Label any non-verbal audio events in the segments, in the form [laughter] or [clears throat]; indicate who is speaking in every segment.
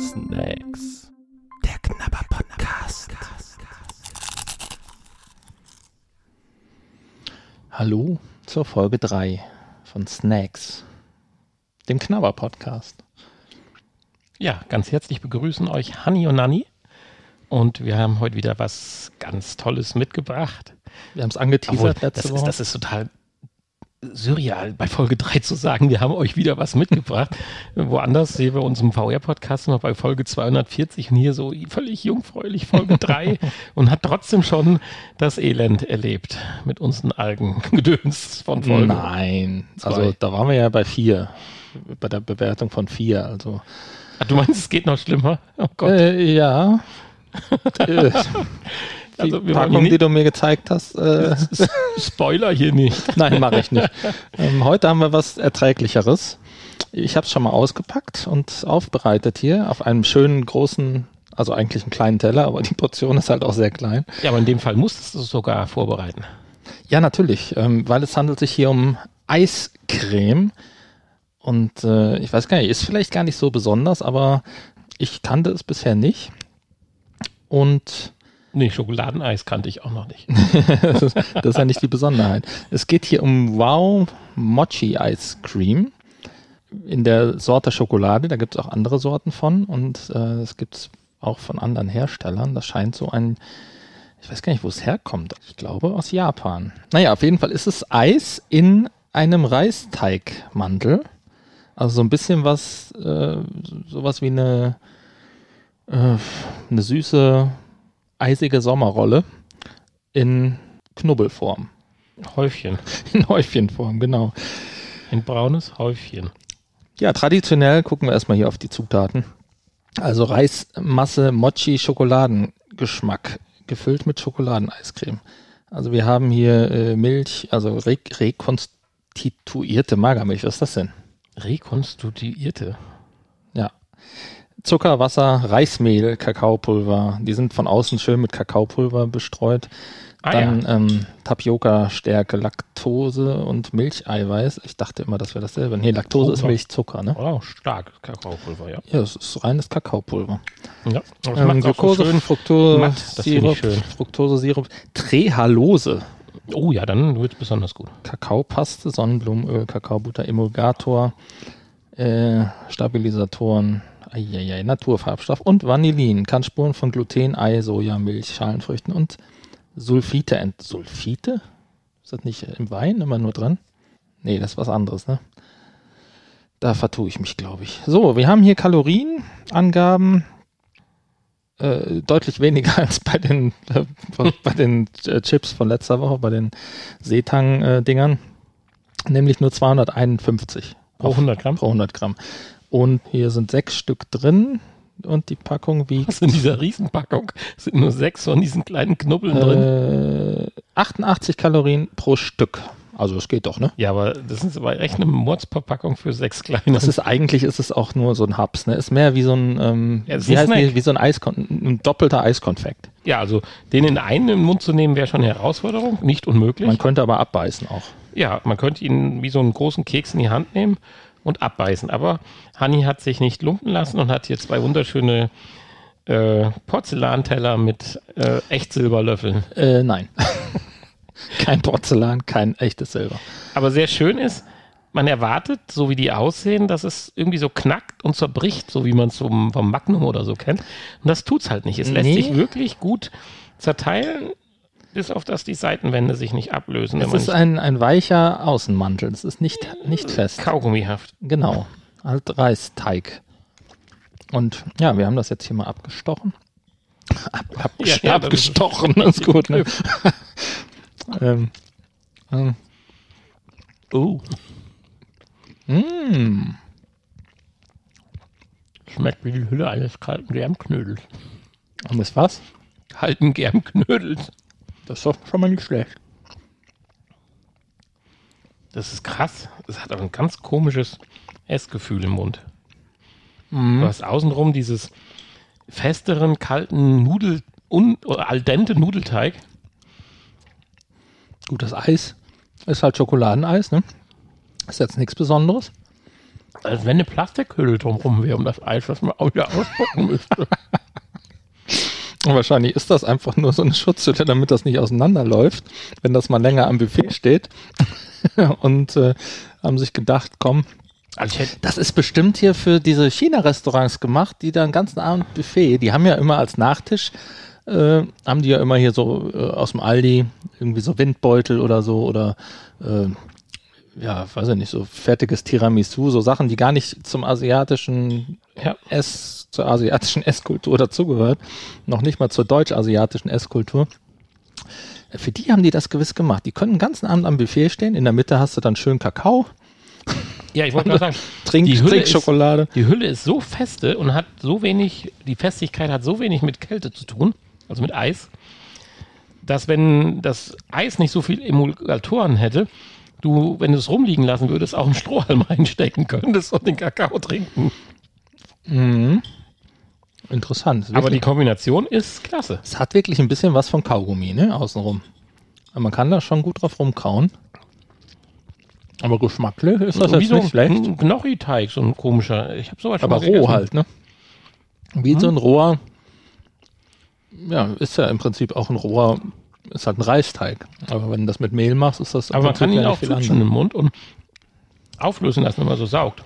Speaker 1: Snacks. Der Knabber Podcast.
Speaker 2: Hallo zur Folge 3 von Snacks, dem Knabber Podcast.
Speaker 1: Ja, ganz herzlich begrüßen euch Hanni und Nanni. Und wir haben heute wieder was ganz Tolles mitgebracht.
Speaker 2: Wir haben es angeteasert letzte
Speaker 1: das, ist,
Speaker 2: Woche.
Speaker 1: das ist total surreal, bei Folge 3 zu sagen, wir haben euch wieder
Speaker 2: [laughs]
Speaker 1: was mitgebracht. Woanders sehen wir uns im VR-Podcast noch bei Folge 240 und hier so völlig jungfräulich
Speaker 2: [laughs]
Speaker 1: Folge 3 und hat trotzdem schon das Elend erlebt mit unseren [laughs] Algengedöns von Folgen.
Speaker 2: Nein, also
Speaker 1: Zwei.
Speaker 2: da waren wir ja bei 4, bei der Bewertung von 4. Also,
Speaker 1: Ach, du meinst, es geht noch schlimmer? Oh Gott.
Speaker 2: äh,
Speaker 1: [laughs]
Speaker 2: ja. Äh, die
Speaker 1: Also, wir wollen
Speaker 2: Packung,
Speaker 1: hier
Speaker 2: die du mir gezeigt hast,
Speaker 1: [laughs]
Speaker 2: äh,
Speaker 1: S- [laughs] Spoiler hier nicht.
Speaker 2: Nein, mache ich nicht. ähm, heute haben wir was Erträglicheres. Ich habe es schon mal ausgepackt und aufbereitet hier auf einem schönen großen, also eigentlich einen kleinen Teller, aber die Portion ist halt auch sehr klein.
Speaker 1: Ja, aber in dem Fall musstest du es sogar vorbereiten.
Speaker 2: Ja, natürlich, ähm, weil es handelt sich hier um Eiscreme. Und äh, ich weiß gar nicht, ist vielleicht gar nicht so besonders, aber ich kannte es bisher nicht. Und
Speaker 1: Nee, Schokoladeneis kannte ich auch noch
Speaker 2: [laughs]
Speaker 1: nicht.
Speaker 2: das, ist, das ist ja nicht die Besonderheit. Es geht hier um Wow Mochi Ice Cream in der Sorte Schokolade. Da gibt es auch andere Sorten von und äh, das gibt es auch von anderen Herstellern. Das scheint so ein, ich weiß gar nicht, wo es herkommt. Ich glaube aus Japan. Naja, auf jeden Fall ist es Eis in einem Reisteigmantel. Also so ein bisschen was, äh, sowas wie eine, äh, eine süße, eisige Sommerrolle in Knubbelform. [laughs]
Speaker 1: Häufchen.
Speaker 2: In Häufchenform, genau.
Speaker 1: Ein braunes Häufchen.
Speaker 2: Ja, traditionell gucken wir erstmal hier auf die Zutaten. Also Reismasse, Mochi, Schokoladengeschmack, gefüllt mit Schokoladeneiscreme. Also wir haben hier äh, Milch, also re rekonstituierte Magermilch. Was ist das denn?
Speaker 1: Rekonstituierte.
Speaker 2: Ja. Zucker, Wasser, Reismehl, Kakaopulver. Die sind von außen schön mit Kakaopulver bestreut.
Speaker 1: Ah
Speaker 2: Dann
Speaker 1: ja.
Speaker 2: ähm, Tapioca-Stärke, Laktose und Milcheiweiß. Ich dachte immer, das wäre dasselbe. Nee, Laktose ist
Speaker 1: Pulver.
Speaker 2: Milchzucker, ne?
Speaker 1: Oh, stark Kakaopulver, ja.
Speaker 2: Ja, das ist reines Kakaopulver.
Speaker 1: ja. Aber
Speaker 2: Ähm,
Speaker 1: macht's auch so
Speaker 2: Glucose, Fructose,
Speaker 1: matt. Das find
Speaker 2: Sirup,
Speaker 1: ich schön.
Speaker 2: Fructose-Sirup, Trehalose,
Speaker 1: Oh ja, dann wird es besonders gut.
Speaker 2: Kakaopaste, Sonnenblumenöl, Kakaobutter, Emulgator, äh, Stabilisatoren, eieiei, Naturfarbstoff und Vanillin. Kann Spuren von Gluten, Ei, Soja, Milch, Schalenfrüchten und Sulfite ent. Sulfite? Ist das nicht im Wein immer nur drin? Nee, das ist was anderes, ne? Da vertue ich mich, glaube ich. So, wir haben hier Kalorienangaben. Äh, deutlich weniger [laughs] als bei den, äh, bei den äh, Chips von letzter Woche, bei den Seetang-Dingern, nämlich nur 251
Speaker 1: Pro 100 Gramm. [laughs]
Speaker 2: pro 100 Gramm. Und hier sind sechs Stück drin und die Packung wiegt
Speaker 1: Was in dieser Riesenpackung sind nur sechs von diesen kleinen Knubbeln drin.
Speaker 2: äh, 88 Kalorien pro Stück. Also es geht doch, ne?
Speaker 1: Ja, aber das ist aber echt eine Mordsverpackung für sechs kleine.
Speaker 2: Das ist eigentlich ist es auch nur so ein Haps, ne? Ist mehr wie so ein, ähm,
Speaker 1: Ja, es ist
Speaker 2: wie,
Speaker 1: ein
Speaker 2: heißt
Speaker 1: Snack.
Speaker 2: die, wie so ein, Eiskon ein doppelter Eiskonfekt.
Speaker 1: ja, also den in einen in den Mund zu nehmen, wäre schon eine Herausforderung. Nicht unmöglich.
Speaker 2: Man könnte aber abbeißen auch.
Speaker 1: Ja, man könnte ihn wie so einen großen Keks in die Hand nehmen und abbeißen. Aber Hanni hat sich nicht lumpen lassen und hat hier zwei wunderschöne äh, Porzellanteller mit äh, Echtsilberlöffeln.
Speaker 2: Äh, nein. [laughs] kein Porzellan, kein echtes Silber.
Speaker 1: Aber sehr schön ist, man erwartet, so wie die aussehen, dass es irgendwie so knackt und zerbricht, so wie man es vom, vom Magnum oder so kennt. Und das tut's halt nicht. Es lässt
Speaker 2: Nee.
Speaker 1: sich wirklich gut zerteilen, bis auf dass die Seitenwände sich nicht ablösen, wenn
Speaker 2: Es
Speaker 1: man
Speaker 2: ist
Speaker 1: nicht
Speaker 2: ein, ein weicher Außenmantel. Es ist nicht, nicht fest.
Speaker 1: kaugummihaft.
Speaker 2: Genau, halt Reisteig. Und ja, wir haben das jetzt hier mal abgestochen. Ab, abges-
Speaker 1: Ja, ja, das ist-
Speaker 2: abgestochen, das ist gut. Ne? [laughs] ähm, ähm,
Speaker 1: Oh. Hm.
Speaker 2: mm,
Speaker 1: Schmeckt wie die Hülle eines kalten Germknödels.
Speaker 2: und das war's?
Speaker 1: Kalten Germknödels.
Speaker 2: Das ist doch schon mal nicht schlecht.
Speaker 1: Das ist krass. Es hat aber ein ganz komisches Essgefühl im Mund. Du hast außenrum dieses festeren, kalten Nudel, un, oder al dente Nudelteig.
Speaker 2: Gut, das Eis ist halt Schokoladeneis, ne? Ist jetzt nichts Besonderes.
Speaker 1: Als wenn eine Plastikhülle drumherum wäre um das Eis, was man auch wieder auspucken [laughs] müsste.
Speaker 2: Und wahrscheinlich ist das einfach nur so eine Schutzhülle, damit das nicht auseinanderläuft, wenn das mal länger am Buffet steht. [laughs] Und äh, haben sich gedacht, komm,
Speaker 1: Also ich hätte,
Speaker 2: das ist bestimmt hier für diese China-Restaurants gemacht, die dann den ganzen Abend Buffet, die haben ja immer als Nachtisch, äh, haben die ja immer hier so äh, aus dem Aldi irgendwie so Windbeutel oder so oder äh, ja, weiß ich nicht, so fertiges Tiramisu, so Sachen, die gar nicht zum asiatischen
Speaker 1: ja,
Speaker 2: Ess, zur asiatischen Esskultur dazugehört, noch nicht mal zur deutsch-asiatischen Esskultur. Für die haben die das gewiss gemacht. Die können den ganzen Abend am Buffet stehen, in der Mitte hast du dann schön Kakao,
Speaker 1: ja, ich wollte nur sagen,
Speaker 2: Trink,
Speaker 1: Die Hülle
Speaker 2: Trinkschokolade.
Speaker 1: die Hülle ist so feste und hat so wenig, die Festigkeit hat so wenig mit Kälte zu tun, also mit Eis, dass wenn das Eis nicht so viel Emulgatoren hätte, du, wenn du es rumliegen lassen würdest, auch einen Strohhalm [laughs] reinstecken könntest und den Kakao trinken.
Speaker 2: Interessant.
Speaker 1: Aber die
Speaker 2: Wirklich-
Speaker 1: Kombination ist klasse.
Speaker 2: es hat wirklich ein bisschen was von Kaugummi, ne, außenrum. Aber man kann da schon gut drauf rumkauen. Aber geschmacklich ist das jetzt
Speaker 1: so
Speaker 2: nicht schlecht.
Speaker 1: ein Knochi-Teig, so ein komischer. Ich Mhm. habe sowas schon
Speaker 2: Aber
Speaker 1: mal
Speaker 2: roh
Speaker 1: gegessen.
Speaker 2: halt, ne? Wie so ein roher, ja, ist ja im Prinzip auch ein roher, ist halt ein Reisteig. Aber wenn du das mit Mehl machst, ist das im
Speaker 1: Aber man
Speaker 2: Prinzip
Speaker 1: kann ihn auch
Speaker 2: viel
Speaker 1: flutschen
Speaker 2: anderes.
Speaker 1: im Mund und auflösen lassen, wenn man so saugt.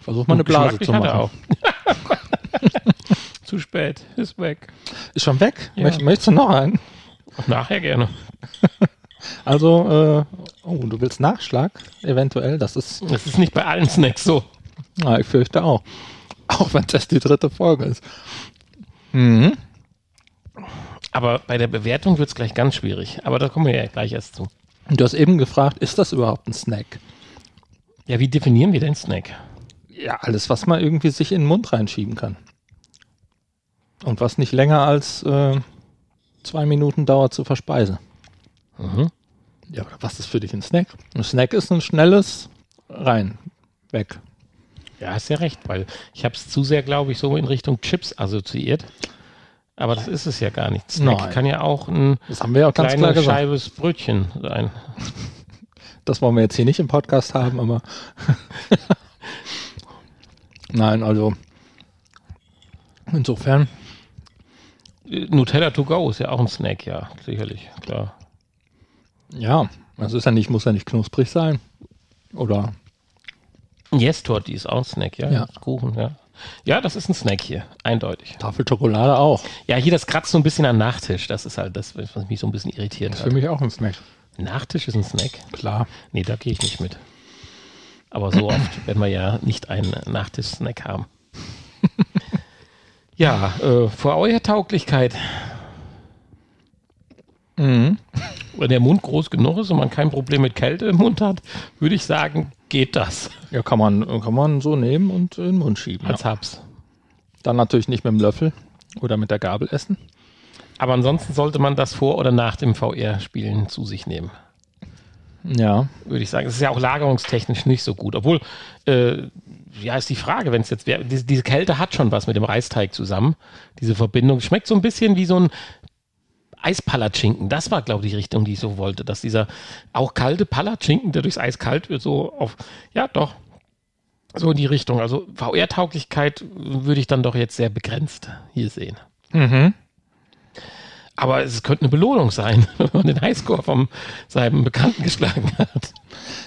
Speaker 2: Versuch mal eine
Speaker 1: Und
Speaker 2: Blase
Speaker 1: geschmacklich
Speaker 2: zu
Speaker 1: hat er
Speaker 2: machen.
Speaker 1: auch. [laughs] Zu spät, ist weg.
Speaker 2: Ist schon weg?
Speaker 1: Ja.
Speaker 2: Möcht, möchtest du noch einen?
Speaker 1: Nachher gerne.
Speaker 2: Also, äh, oh, du willst Nachschlag? Eventuell, das ist,
Speaker 1: Das ist nicht bei allen Snacks so.
Speaker 2: na, Ah, ich fürchte auch. [laughs] Auch wenn das die dritte Folge ist. Mhm.
Speaker 1: Aber bei der Bewertung wird es gleich ganz schwierig. Aber da kommen wir ja gleich erst zu.
Speaker 2: Und du hast eben gefragt, ist das überhaupt ein Snack?
Speaker 1: Ja, wie definieren wir den Snack?
Speaker 2: Ja, alles, was man irgendwie sich in den Mund reinschieben kann. Und was nicht länger als äh, zwei Minuten dauert zu verspeisen. Ja, aber was ist für dich ein Snack? Ein Snack ist ein schnelles Rein, weg.
Speaker 1: Ja, hast ja recht, weil ich habe es zu sehr, glaube ich, so in Richtung Chips assoziiert. Aber das ist es ja gar nicht. Snack
Speaker 2: Nein.
Speaker 1: kann ja auch ein
Speaker 2: Das haben wir ja auch ganz klar
Speaker 1: kleines
Speaker 2: gesagt.
Speaker 1: scheibes Brötchen sein.
Speaker 2: Das wollen wir jetzt hier nicht im Podcast haben, aber. [laughs] Nein, also. Insofern,
Speaker 1: Äh, Nutella to go ist ja auch ein Snack, ja, sicherlich, klar.
Speaker 2: ja, das ist ja nicht, muss ja nicht knusprig sein. Oder
Speaker 1: Yes, Torti ist auch ein Snack, ja.
Speaker 2: Ja.
Speaker 1: Kuchen, ja. Ja, das ist ein Snack hier, eindeutig.
Speaker 2: Tafel Schokolade auch.
Speaker 1: Ja, hier das kratzt so ein bisschen am Nachtisch. Das ist halt das, was mich so ein bisschen irritiert
Speaker 2: Ist
Speaker 1: hat.
Speaker 2: für mich auch ein Snack.
Speaker 1: Nachtisch ist ein Snack.
Speaker 2: Klar.
Speaker 1: Nee, da gehe ich nicht mit. Aber so [clears throat] oft werden wir ja nicht einen Nachtisch-Snack haben. ja, äh, vor eurer Tauglichkeit. Wenn der Mund groß genug ist und man kein Problem mit Kälte im Mund hat, würde ich sagen, geht das
Speaker 2: Ja, kann man, kann man so nehmen und in den Mund schieben. Ja.
Speaker 1: als Haps.
Speaker 2: Dann natürlich nicht mit dem Löffel oder mit der Gabel essen.
Speaker 1: Aber ansonsten sollte man das vor oder nach dem VR-Spielen zu sich nehmen.
Speaker 2: Ja.
Speaker 1: würde ich sagen. Es ist ja auch lagerungstechnisch nicht so gut. Obwohl, äh, ja, ist die Frage, wenn es jetzt wäre, diese, diese Kälte hat schon was mit dem Reisteig zusammen, diese Verbindung. Schmeckt so ein bisschen wie so ein Eispallatschinken. Das war, glaube ich, die Richtung, die ich so wollte, dass dieser auch kalte Palatschinken, der durchs Eis kalt wird, so auf, ja, doch, so in die Richtung. Also VR-Tauglichkeit würde ich dann doch jetzt sehr begrenzt hier sehen. Aber es könnte eine Belohnung sein, [laughs] wenn man den Highscore von seinem Bekannten geschlagen hat.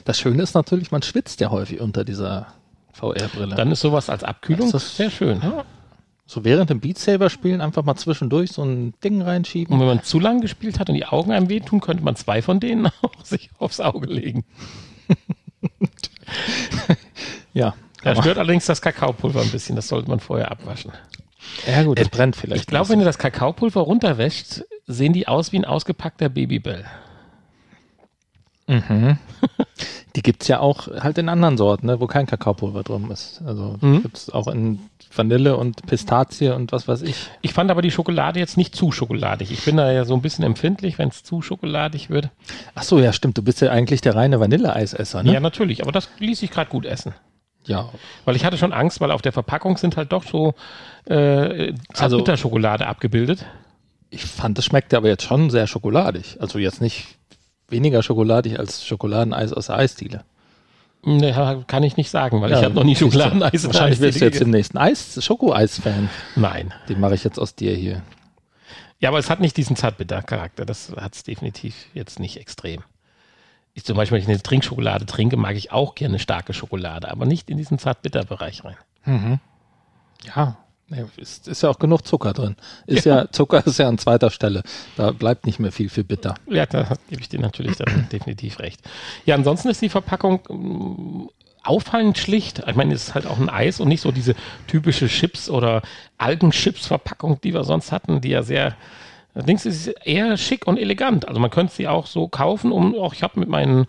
Speaker 2: Das Schöne ist natürlich, man schwitzt ja häufig unter dieser VR-Brille.
Speaker 1: Dann ist sowas als Abkühlung
Speaker 2: Ist das-
Speaker 1: sehr schön.
Speaker 2: so während dem Beat Saber spielen einfach mal zwischendurch so ein Ding reinschieben.
Speaker 1: Und wenn man zu lang gespielt hat und die Augen einem wehtun, könnte man zwei von denen [laughs] auch sich aufs Auge legen.
Speaker 2: Ja.
Speaker 1: Da stört allerdings das Kakaopulver ein bisschen. Das sollte man vorher abwaschen.
Speaker 2: Ja gut, das brennt vielleicht.
Speaker 1: Ich glaube, wenn du das Kakaopulver runterwäscht, sehen die aus wie ein ausgepackter Babybell.
Speaker 2: die gibt es ja auch halt in anderen Sorten, ne, wo kein Kakaopulver drin ist. Also gibt es auch in Vanille und Pistazie und was weiß ich.
Speaker 1: Ich fand aber die Schokolade jetzt nicht zu schokoladig. Ich bin da ja so ein bisschen empfindlich, wenn es zu schokoladig wird.
Speaker 2: Ach so, ja stimmt, du bist ja eigentlich der reine Vanilleeisesser,
Speaker 1: Ja,
Speaker 2: ne?
Speaker 1: natürlich. Aber das ließ sich gerade gut essen.
Speaker 2: Ja.
Speaker 1: Weil ich hatte schon Angst, weil auf der Verpackung sind halt doch so äh,
Speaker 2: Also-
Speaker 1: Zartbitterschokolade abgebildet.
Speaker 2: Ich fand, es schmeckte aber jetzt schon sehr schokoladig. Also jetzt nicht weniger schokoladig als Schokoladeneis aus der Eisdiele.
Speaker 1: Ne, kann ich nicht sagen, weil
Speaker 2: Ja,
Speaker 1: ich habe noch nie
Speaker 2: siehst du.
Speaker 1: Schokoladeneis. in der
Speaker 2: Wahrscheinlich wirst du
Speaker 1: Eisdiele
Speaker 2: jetzt im nächsten Eis, Schokoeis-Fan.
Speaker 1: gegessen. Nein.
Speaker 2: Den mache ich jetzt aus dir hier.
Speaker 1: Ja, aber es hat nicht diesen Zartbitter-Charakter. Das hat es definitiv jetzt nicht extrem. Ich zum Beispiel, wenn ich eine Trinkschokolade trinke, mag ich auch gerne starke Schokolade, aber nicht in diesen Zartbitter-Bereich rein.
Speaker 2: Ja, ne, ist, ist ja auch genug Zucker drin. Ist ja. Zucker ist ja an zweiter Stelle. Da bleibt nicht mehr viel für bitter.
Speaker 1: Ja, da gebe ich dir natürlich dann definitiv recht. Ja, ansonsten ist die Verpackung mm, auffallend schlicht. Ich meine, es ist halt auch ein Eis und nicht so diese typische Chips- oder Algenchips-Verpackung, die wir sonst hatten, die ja sehr. Allerdings ist sie eher schick und elegant. Also man könnte sie auch so kaufen, um auch ich habe mit meinen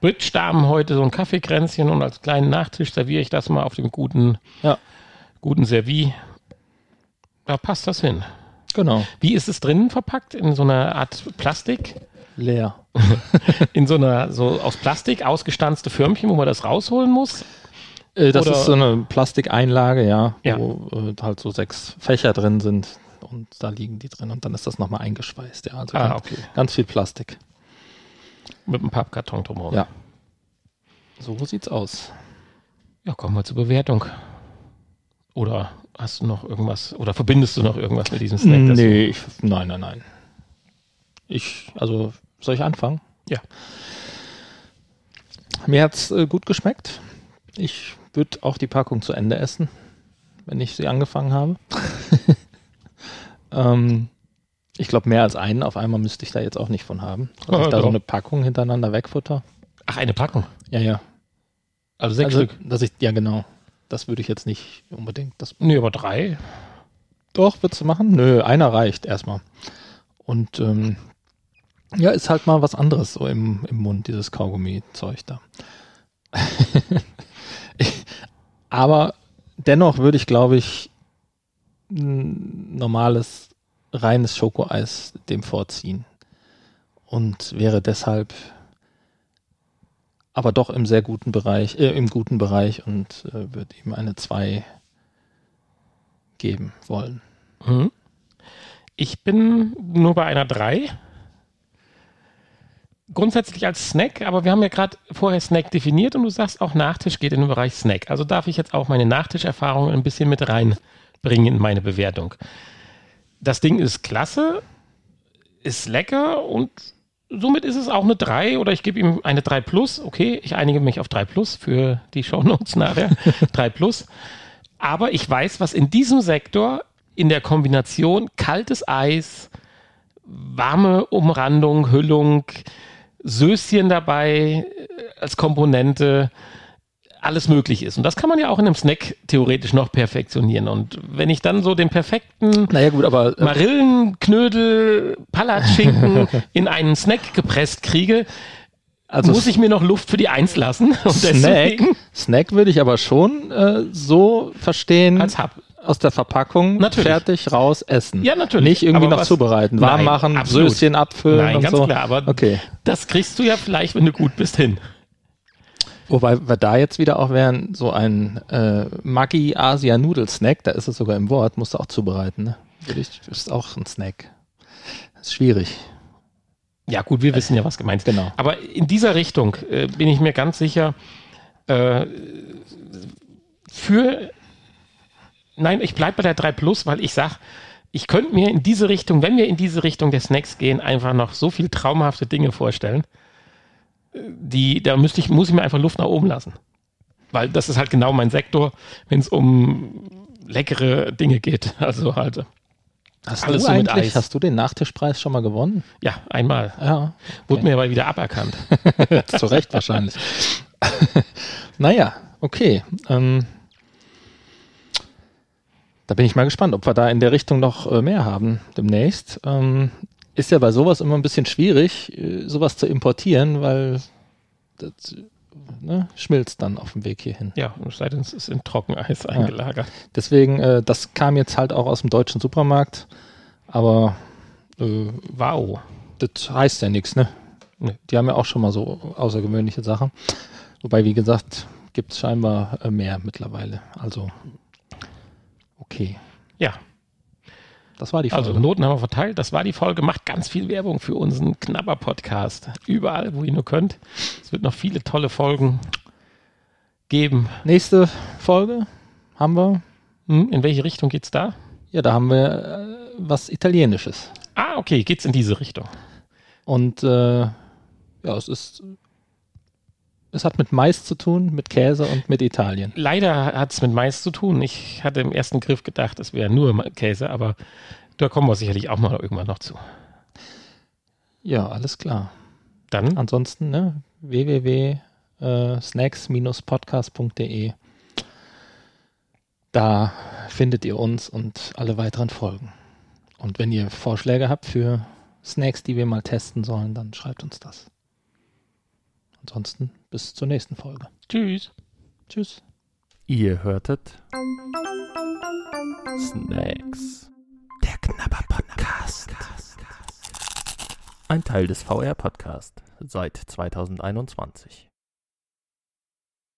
Speaker 1: Bridge-Damen heute so ein Kaffeekränzchen und als kleinen Nachtisch serviere ich das mal auf dem guten,
Speaker 2: Ja,
Speaker 1: guten Servi. Da passt das hin.
Speaker 2: genau.
Speaker 1: Wie ist es drinnen verpackt? In so einer Art Plastik?
Speaker 2: Leer.
Speaker 1: In so einer, so aus Plastik ausgestanzte Förmchen, wo man das rausholen muss.
Speaker 2: Äh, das
Speaker 1: Oder-
Speaker 2: ist so eine Plastikeinlage, ja,
Speaker 1: Ja.
Speaker 2: wo äh, halt so sechs Fächer drin sind und da liegen die drin und dann ist das nochmal eingeschweißt, ja. Also
Speaker 1: Ah,
Speaker 2: ganz,
Speaker 1: okay.
Speaker 2: ganz viel Plastik.
Speaker 1: Mit einem Pappkarton drumherum.
Speaker 2: Ja. So sieht's aus.
Speaker 1: ja, kommen wir zur Bewertung. Oder hast du noch irgendwas, oder verbindest du noch irgendwas mit diesem Snack? das
Speaker 2: nee, ich, nein, nein, nein. Ich, also, soll ich anfangen?
Speaker 1: Ja.
Speaker 2: Mir hat's äh, gut geschmeckt. Ich würde auch die Packung zu Ende essen, wenn ich sie angefangen
Speaker 1: [laughs]
Speaker 2: habe. ähm, ich glaube, mehr als einen auf einmal müsste ich da jetzt auch nicht von haben. Dass
Speaker 1: Ja,
Speaker 2: ich da so
Speaker 1: doch.
Speaker 2: eine Packung hintereinander wegfutter.
Speaker 1: du- Ach, eine Packung.
Speaker 2: Ja, ja.
Speaker 1: Also sechs
Speaker 2: also,
Speaker 1: Stück.
Speaker 2: dass ich, ja, genau. Das würde ich jetzt nicht unbedingt. Das
Speaker 1: Nee, aber drei.
Speaker 2: doch, würdest du machen? Nö, einer reicht erstmal. Und ähm, ja, ist halt mal was anderes so im, im Mund, dieses Kaugummi-Zeug da. [laughs] Ich- Aber dennoch würde ich, glaube ich, ein normales, reines Schokoeis dem vorziehen. Und wäre deshalb aber doch im sehr guten Bereich, äh, im guten Bereich und äh, würde ihm eine 2 geben wollen.
Speaker 1: Hm. Ich bin nur bei einer drei. Grundsätzlich als Snack, aber wir haben ja gerade vorher Snack definiert und du sagst auch Nachtisch geht in den Bereich Snack. Also darf ich jetzt auch meine Nachtischerfahrung ein bisschen mit reinbringen in meine Bewertung. Das Ding ist klasse, ist lecker und somit ist es auch eine 3 oder ich gebe ihm eine 3 plus. Okay, ich einige mich auf 3 plus für die Shownotes nachher. 3 plus. Aber ich weiß, was in diesem Sektor in der Kombination kaltes Eis, warme Umrandung, Hüllung, Söschen dabei äh, als Komponente alles möglich ist. Und das kann man ja auch in einem Snack theoretisch noch perfektionieren. Und wenn ich dann so den perfekten
Speaker 2: Naja, gut, aber äh,
Speaker 1: Marillenknödel,
Speaker 2: [laughs]
Speaker 1: Palatschinken in einen Snack gepresst kriege,
Speaker 2: also
Speaker 1: muss ich mir noch Luft für die Eins lassen. [laughs] Und
Speaker 2: Snack,
Speaker 1: deswegen
Speaker 2: Snack würde ich aber schon äh, so verstehen,
Speaker 1: als Hub.
Speaker 2: aus der Verpackung
Speaker 1: Natürlich.
Speaker 2: fertig raus essen.
Speaker 1: Ja, natürlich.
Speaker 2: Nicht irgendwie
Speaker 1: Aber
Speaker 2: noch
Speaker 1: was-
Speaker 2: zubereiten, warm
Speaker 1: Nein,
Speaker 2: machen,
Speaker 1: absolut.
Speaker 2: Söschen abfüllen
Speaker 1: Nein,
Speaker 2: und
Speaker 1: ganz
Speaker 2: Äh, so.
Speaker 1: klar, aber
Speaker 2: okay.
Speaker 1: das kriegst du ja vielleicht, wenn du gut bist, hin.
Speaker 2: Wobei wir da jetzt wieder auch wären, so ein äh, Maggi Asia Nudel Snack, da ist es sogar im Wort, musst du auch zubereiten. Ne? Würde ich, ist auch ein Snack. Ist schwierig.
Speaker 1: Ja, gut, wir wissen ja, was gemeint ist.
Speaker 2: Genau.
Speaker 1: Aber in dieser Richtung äh, bin ich mir ganz sicher, äh, für. Nein, ich bleibe bei der 3 Plus, weil ich sage, ich könnte mir in diese Richtung, wenn wir in diese Richtung der Snacks gehen, einfach noch so viel traumhafte Dinge vorstellen. äh, Die, da müsste ich, muss ich mir einfach Luft nach oben lassen. Weil das ist halt genau mein Sektor, wenn es um leckere Dinge geht. [laughs] Also halt,
Speaker 2: Hast
Speaker 1: Alles
Speaker 2: du
Speaker 1: so mit
Speaker 2: eigentlich,
Speaker 1: Eis.
Speaker 2: hast du den Nachtischpreis schon mal gewonnen?
Speaker 1: ja, einmal.
Speaker 2: Ja.
Speaker 1: Wurde mir aber wieder aberkannt.
Speaker 2: Zu Recht wahrscheinlich. [laughs] naja, okay. Ähm, da bin ich mal gespannt, ob wir da in der Richtung noch äh, mehr haben demnächst. Ähm, ist ja bei sowas immer ein bisschen schwierig, äh, sowas zu importieren, weil das äh, ne, schmilzt dann auf dem Weg hierhin.
Speaker 1: Ja, es sei denn, es ist in Trockeneis eingelagert.
Speaker 2: Deswegen, äh, das kam jetzt halt auch aus dem deutschen Supermarkt, aber äh,
Speaker 1: Wow.
Speaker 2: das heißt ja nichts, ne?
Speaker 1: Nee.
Speaker 2: Die haben ja auch schon mal so außergewöhnliche Sachen. Wobei, wie gesagt, gibt es scheinbar äh, mehr mittlerweile. Also, okay.
Speaker 1: Ja,
Speaker 2: Das war die Folge.
Speaker 1: also Noten haben wir verteilt. Das war die Folge. Macht ganz viel Werbung für unseren Knapper-Podcast. Überall, wo ihr nur könnt. Es wird noch viele tolle Folgen geben.
Speaker 2: Nächste Folge haben wir,
Speaker 1: Hm, in welche Richtung geht's da?
Speaker 2: ja, da haben wir äh, was Italienisches.
Speaker 1: Ah, okay, geht's in diese Richtung.
Speaker 2: Und äh, ja, es ist, es hat mit Mais zu tun, mit Käse und mit Italien.
Speaker 1: Leider hat's mit Mais zu tun. Ich hatte im ersten Griff gedacht, es wäre nur Ma- Käse, aber da kommen wir sicherlich auch mal irgendwann noch zu.
Speaker 2: Ja, alles klar.
Speaker 1: Dann
Speaker 2: Ansonsten, ne, äh, www.snacks-podcast.de. Da findet ihr uns und alle weiteren Folgen. Und wenn ihr Vorschläge habt für Snacks, die wir mal testen sollen, dann schreibt uns das. Ansonsten bis zur nächsten Folge.
Speaker 1: tschüss.
Speaker 2: Tschüss.
Speaker 3: Ihr hörtet Snacks. Der Knabber Podcast. Ein Teil des VR Podcast seit 2021.